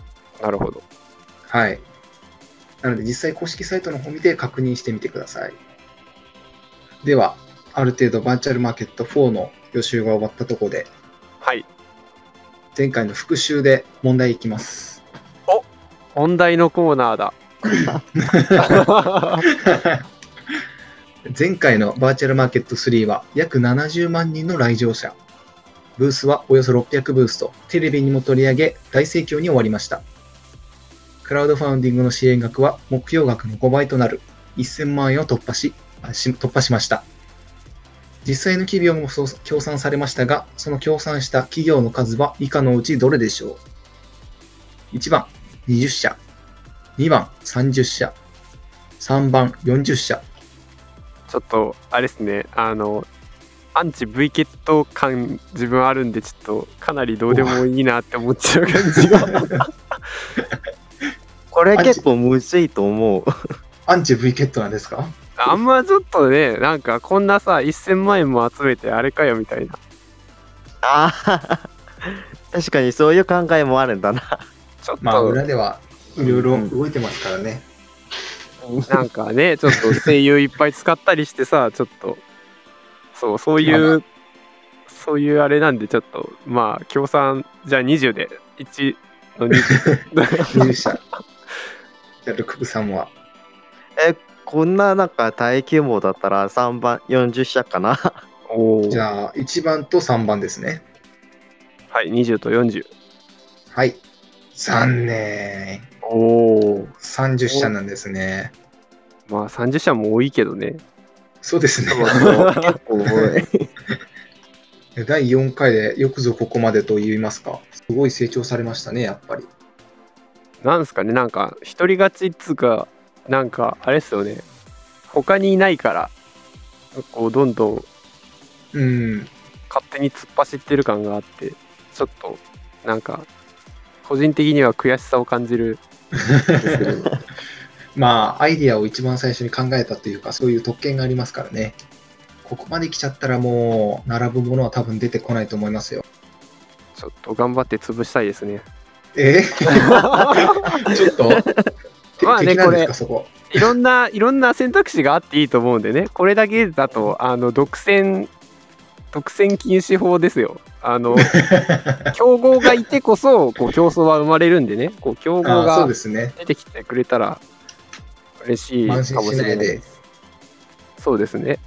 B: なるほど。
A: はい。なので実際公式サイトの方見て確認してみてください。では、ある程度バーチャルマーケット4の予習が終わったところで、
B: はい。
A: 前回の復習で問題いきます。
B: 本題のコーナー
A: (laughs)
B: だ。
A: (laughs) 前回のバーチャルマーケット3は約70万人の来場者。ブースはおよそ600ブースとテレビにも取り上げ大盛況に終わりました。クラウドファウンディングの支援額は目標額の5倍となる1000万円を突破し、あし突破しました。実際の企業もそう協賛されましたが、その協賛した企業の数は以下のうちどれでしょう ?1 番20社、2番30社、3番40社、
B: ちょっと、あれですね、あの、アンチ V ケット感、自分あるんで、ちょっと、かなりどうでもいいなって思っちゃう感じが。
C: これ結構むずいと思う。
A: アンチ V ケットなんですか
B: あんまちょっとね、なんか、こんなさ、1000万円も集めて、あれかよみたいな。
C: ああ。確かにそういう考えもあるんだな。
B: ちょっと、
A: まあ裏ではいろいろ
C: うん
A: 動いてますからね。 (laughs)
B: なんかね、ちょっと声優いっぱい使ったりしてさ、ちょっと、そう、そういう、そういうあれなんで、ちょっと、まあ、協賛、じゃあ20で、1の20。
A: (laughs) 入社。じゃあ、ルクブさんは。
C: こんななんか大規模だったら3番40社か
B: (laughs)
C: な。
B: お
A: じ
B: ー
A: ゃあ、1番と3番ですね。
B: はい、20と40。
A: はい。残念。
B: おお。
A: 30社なんですね。
B: まあ30社も多いけどね。
A: そうですね。
C: 結構多い。
A: (laughs) 第4回でよくぞここまでと言いますか。すごい成長されましたね、やっぱり。
B: (laughs) なんすかね、なんか、独り勝ちっつうか、なんか、あれっすよね。他にいないから、こう、どんどん
A: うん。
B: 勝手に突っ走ってる感があって、ちょっと、なんか、個人的には悔しさを感じる。
A: まあ、アイディアを一番最初に考えたというか、そういう特権がありますからね。ここまで来ちゃったらもう、並ぶものは多分出てこないと思いますよ。
B: ちょっと頑張って潰したいです
A: (laughs)
B: ね。
A: えー (laughs) ちょっと、て
B: まあね
A: 敵なんです
B: これ
A: か、そこ。
B: いろんな、いろんな選択肢があっていいと思うんでね、これだけだと、あの、独占、独占禁止法ですよ。
A: (laughs)
B: あの、競合がいてこそ、こう、競争は生まれるんでね、こう、競合
A: あーそう
B: が
A: ですね。
B: 出てきてくれたら嬉しいかも
A: 慢
B: し
A: 心し
B: れ
A: な
B: ない
A: い
B: で。
A: です
B: そうですね。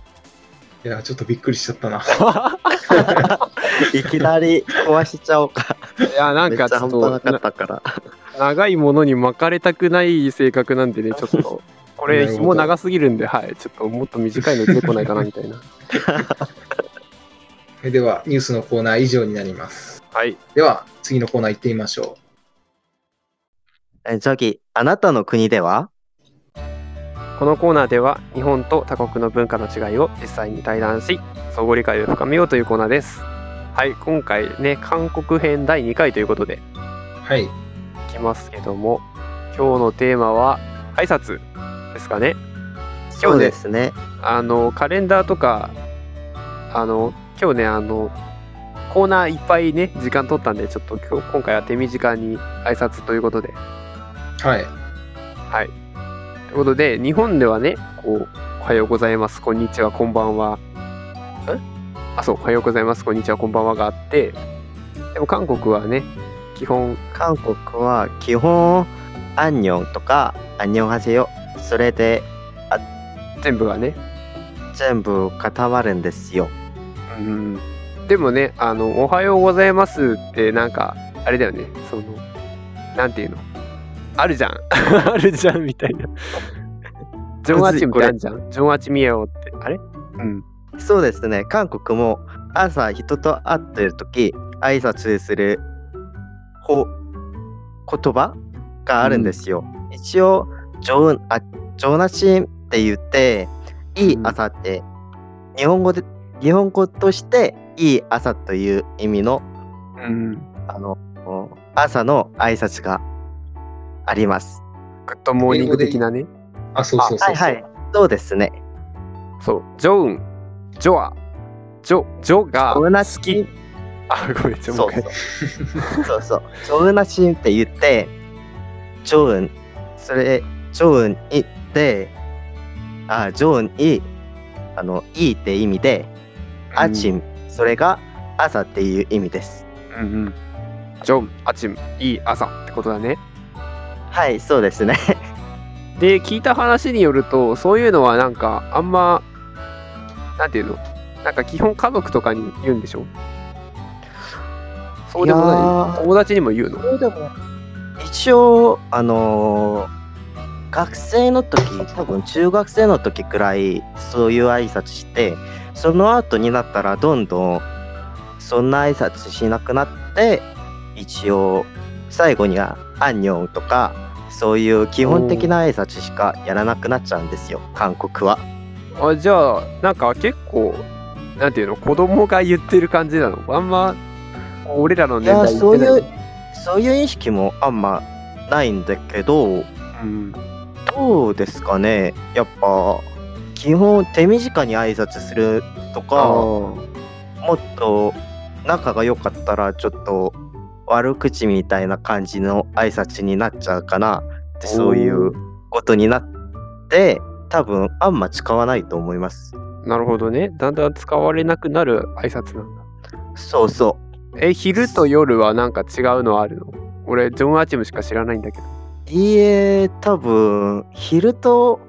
A: いや、ちょっとびっくりしちゃったな。 (laughs)
C: いきなり壊しちゃおうか。
B: いや、なん
C: めっち
B: かち
C: ゃ
B: ょっ
C: 半
B: と、
C: 端なかったから。
B: な長いものに巻かれたくない性格なんでね、ちょっ
A: (laughs)
B: と、こ
A: な
B: れ、
A: るほど
B: 紐長すぎるんで、はい、ちょっともっと短いの出てこないかなみたいな。
A: それでは、ニュースのコーナー以上になります。
B: はい。
A: で (laughs) は、次のコーナー行ってみましょ
C: えジョギ、あなたの国では
B: このコーナーでは日本と他国の文化の違いを実際に対談し相互理解を深めようというコーナーですはい今回ね韓国編第2回ということで
A: う。はい。
B: いきますけども今日のテーマは挨拶ですかね今
C: そ
B: 日
C: う
B: ね
C: ですね。
B: あのカレンダーとかあの今日ねあのコーナーいっぱいね時間取ったんでちょっと今日今回は手短に挨拶ということで
A: はい。
B: はい。ということで、日本ではね、こう、おはようございます、こんにちは、こんばんは、あ、そう、おはようございます、こんにちは、こんばんはがあって、でも韓国はね、基本、
C: 韓国は基本アンニョンとかアンニョンハセヨそれで
B: 全部がね、
C: 全部固まるんですよ
B: うん、でもね、あの、おはようございますって、なんか、あれだよね、その、なんていうの、あるじゃん、あるじゃんみたいな。ジョン・アチミってあるじゃん、ジョン・アチミエオって、あれうん。
C: そうですね韓国も朝人と会ってる時挨拶するほ言葉があるんですよ、一応ジョンあ「ジョナシン」って言って「いい朝」って、日本語で日本語として「いい朝」という意味の
B: うん、グ
C: あの朝の挨拶があります。
B: ッドモーニング的なね。
A: あ、そうそうそうそう。
C: はいはい、そうですね。
B: そう、ジョン、ジョア、ジョ、ジョが
C: ジョナ
B: 好
C: シ
B: き
C: ン。
B: あ、ごめん、ちょっとも
C: そう
B: う
C: そ
B: 一
C: う。そうそう。ジョウナシンって言って、ジョウン、それ、ジョウンイって、あ、ジョウンイ、あの、イって意味で、
B: 回。
C: アチン、それが朝っていう意味です。
B: うんうん。ジョン、アチム、いい朝ってことだね。
C: はい、そうですね。
B: で、聞いた話によると、そういうのはなんか、あんま、なんていうのなんか基本家族とかに言うんでしょそうでも
C: いや
B: ない
C: ー
B: 友達にも言うの
C: 一応、あのー学生の時、多分中学生の時くらい、そういう挨拶して、その後になったら、どんどん、そんな挨拶しなくなって、一応、最後には、アンニョンとか、そういう基本的な挨拶しかやらなくなっちゃうんですよ、韓国は。
B: あじゃあなんか結構なんていうの子供が言ってる感じなのあんま俺らの
C: い
B: 年
C: や、
B: 代言っ
C: そう
B: てない
C: いう、そういう意識もあんまないんだけど、
B: うん
C: どうですかねやっぱ基本手短に挨拶するとか
B: ー
C: もっと仲が良かったらちょっと悪口みたいな感じの挨拶になっちゃうかなってそういうことになって多分あんま使わないと思います
B: なるほどねだんだん使われなくなる挨拶なんだ
C: そうそ
B: え昼と夜はなんか違うのあるの俺ジョン・アチムしか知らないんだけど
C: ういいえ多分昼と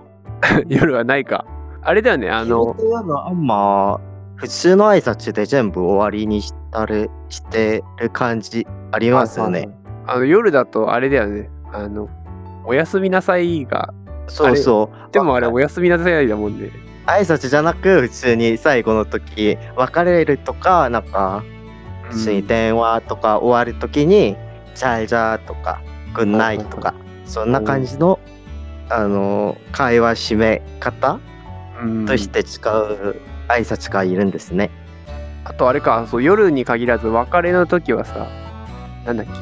B: 夜はないかあれだよねあ
C: 昼と
B: の
C: 夜のあんま普通の挨拶で全部終わりにしたれしてる感じありますよね
B: あの夜だとあれだよねあのおやすみなさいが
C: そうそう。
B: でもあれ
C: あ
B: おやすみなさいだもんね
C: 挨拶じゃなく、普通に最後の時、別れるとか、なんか、
B: うん
C: 普通に電話とか終わる時に、じゃあじゃあとか、ぐんないとか、そんな感じの、あの、会話締め方
B: うん
C: として使う挨拶がいるんですね。
B: あとあれか、そう夜に限らず別れの時はさ、なんだっけ、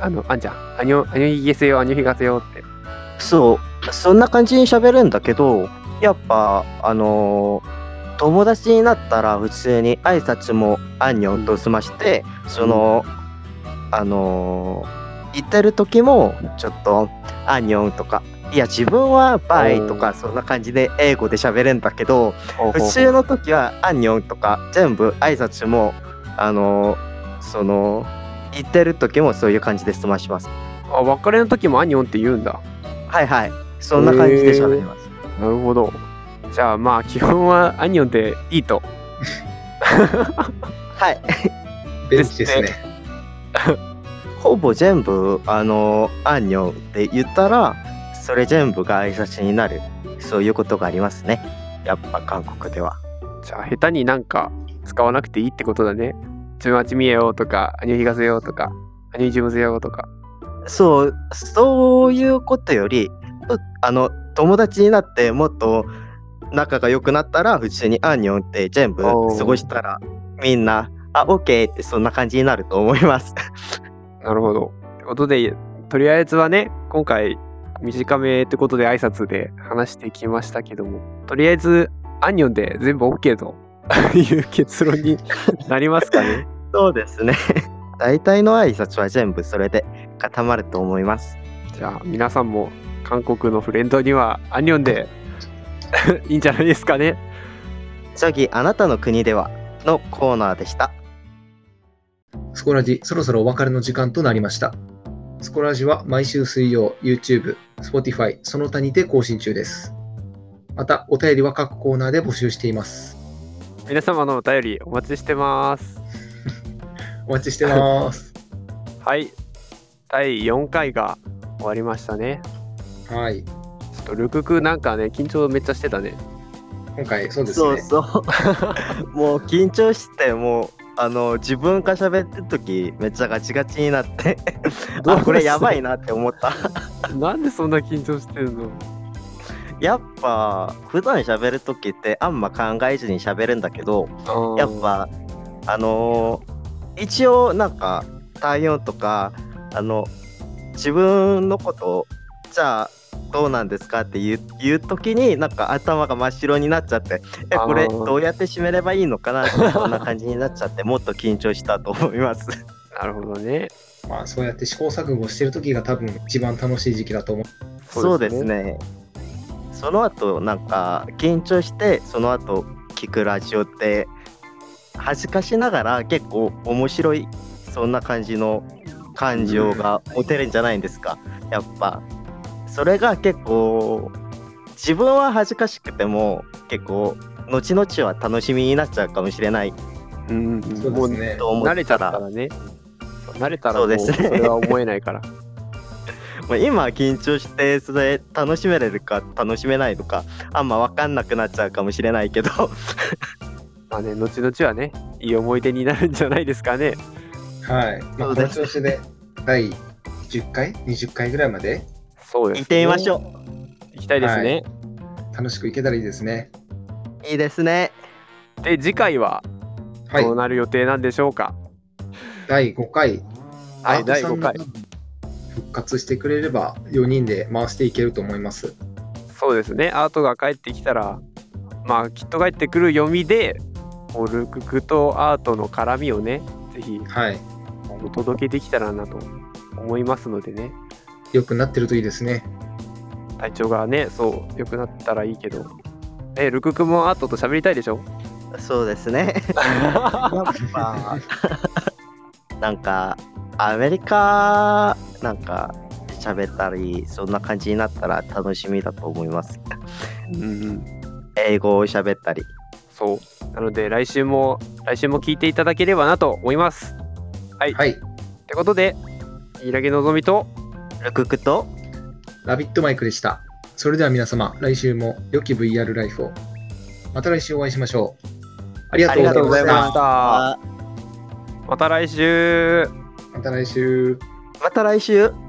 B: あの、あんちゃん、あにょ、あにょひげせよ、あにょひがせよって。
C: そう、そんな感じに喋るんだけど、やっぱ、あのー友達になったら普通に挨拶もアンニョンと済まして、その、あのー行ってる時も、ちょっと、アンニョンとか、いや、自分はバイと
B: お
C: か、そんな感じで英語で喋るんだけど、普通の時はアンニョンとか、全部挨拶も、あのーその、行ってる時もそういう感じで済まします。
B: あ、別れの時もあにょんって言うんだ。
C: はいはい、そんな感じで喋ります。
B: なるほど。じゃあまあ、基本はあにょんでいいと。
C: はい、
A: (laughs) ベンチですね。
C: ほぼ全部あの「アンニョン」って言ったらそれ全部が挨拶になるそういうことがありますねやっぱ韓国では
B: じゃあ、下手になんか使わなくていいってことだね。ちゅまちみえよとか、あにょひがせよとか、あにょいじむせよとか。
C: そうそういうことよりうあの友達になってもっと仲が良くなったら普通に「アンニョン」って全部過
B: おー
C: ごしたらみんな「あオッケー」ってそんな感じになると思います
B: なるほど。ってことで、とりあえずはね、今回、短めってことで挨拶で話してきましたけども、とりあえず、アンニョンで全部 OK と (laughs) いう結論になりますかね。
C: (laughs) そうですね (laughs) 大体の挨拶は全部それで固まると思います
B: じゃあ、皆さんも韓国のフレンドにはアン (laughs) ニョンでいいんじゃないですかね。
C: 次あなたの国ではのコーナーでした。
A: スコラジ、そろそろお別れの時間となりました。スコラジは毎週水曜、YouTube、Spotify、その他にて更新中です。また、お便りは各コーナーで募集しています。
B: 皆様のお便りお待ちしてます。
A: お待ちして (laughs) ます。
B: はい。第4回が終わりましたね。
A: はい。
B: ちょっとルククなんかね、緊張めっちゃしてたね。
A: 今回、そうです
C: そ
A: ね
C: う。そう。もう (laughs) 緊張して、もう、あの、自分が喋ってる時、めっちゃガチガチになって、
B: どう
C: あ、これやば
B: し
C: いなって思った。
B: た。なんでそんな緊張してるの
C: やっぱ、普段喋る時って、あんま考えずに喋るんだけど、やっぱ、あのー一応、なんか、体温とか、あの、自分のこと、じゃあ、どうなんですかって言う言う時になんか頭が真っ白になっちゃってえこ
B: あ
C: れ
B: ー
C: どうやって締めればいいのかなってそんな感じになっちゃってもっと緊張したと思います。
B: なるほどね。
A: まあ、そうやって試行錯誤してる時が多分一番楽しい時期だと思
C: そうです。ね。その後なんか緊張してその後聞くラジオって恥ずかしながら結構面白いそんな感じの感情が持てるんじゃないんですか、やっぱそれが結構自分は恥ずかしくても結構後々は楽しみになっちゃうかもしれない
B: うん、
A: う。
B: そ
A: そううですね。
C: と思
B: 慣
C: っ
B: れちゃ
C: た
B: った
C: ら
B: らね。そう慣れたら
C: そ
B: も
C: う
B: う
C: です
B: そ
C: ね
B: れは思えないから。 (laughs)
C: まあ今は緊張してそれ楽しめれるか楽しめないのかあんま分かんなくなっちゃうかもしれないけど
B: まあね、後々はね、いい思い出になるんじゃないですかね。
A: はい。ま
C: そ
A: あ、こ
C: うで
A: の
C: す
A: 調子で、第10回、20回ぐらいまで
B: そう
C: (laughs)
B: です、
C: 行ってみまし
B: ょ
C: ょ
B: う。行きたいですね。
A: 楽しくいけたらいいですね。
C: ういいですね
B: で、次回は
A: はい
B: どう。なる予定なんでしょうか。
A: 第5回、
B: はい、
A: アート
B: 第
A: さん
B: 5
A: が
B: 回。
A: 復活してくれれば、4人で回していけると思います。
B: そうですね。アートが帰ってきたら、まあ、きっと帰ってくる読みで、もうルククとアートの絡みをね、ぜひ
A: はい。
B: お届けできたらなと思いますのでね。
A: 良くなってるといいですね。
B: 体調がね、そう、良くなったらいいけど。え、ルククもアートと喋りたいでしょ
C: そうですね (laughs) まあなんかアメリカなんか喋ったりそんな感じになったら楽しみだと思います
B: うんうん。
C: 英語を喋ったり
B: そう。なので来週も来週も聞いていただければなと思います。
A: はい。
B: ってことで、いらげのぞみと
C: ルククと
A: ラビットマイクでした。それでは皆様、来週も良き VR ライフを。また来週お会いしましょう。ありがとうございま
C: ありがとうござい
A: し
C: ま
A: た
C: し。
B: た。また来週。
A: また来週。
C: また来週